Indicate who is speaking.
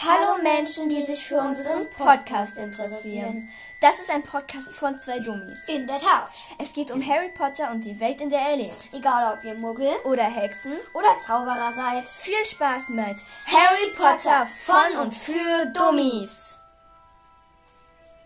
Speaker 1: Hallo Menschen, die sich für unseren Podcast interessieren.
Speaker 2: Das ist ein Podcast von zwei Dummies.
Speaker 1: In der Tat.
Speaker 2: Es geht um Harry Potter und die Welt, in der er lebt.
Speaker 1: Egal ob ihr Muggel
Speaker 2: Oder Hexen.
Speaker 1: oder Zauberer seid.
Speaker 2: Viel Spaß mit
Speaker 1: Harry Potter von und für Dummies.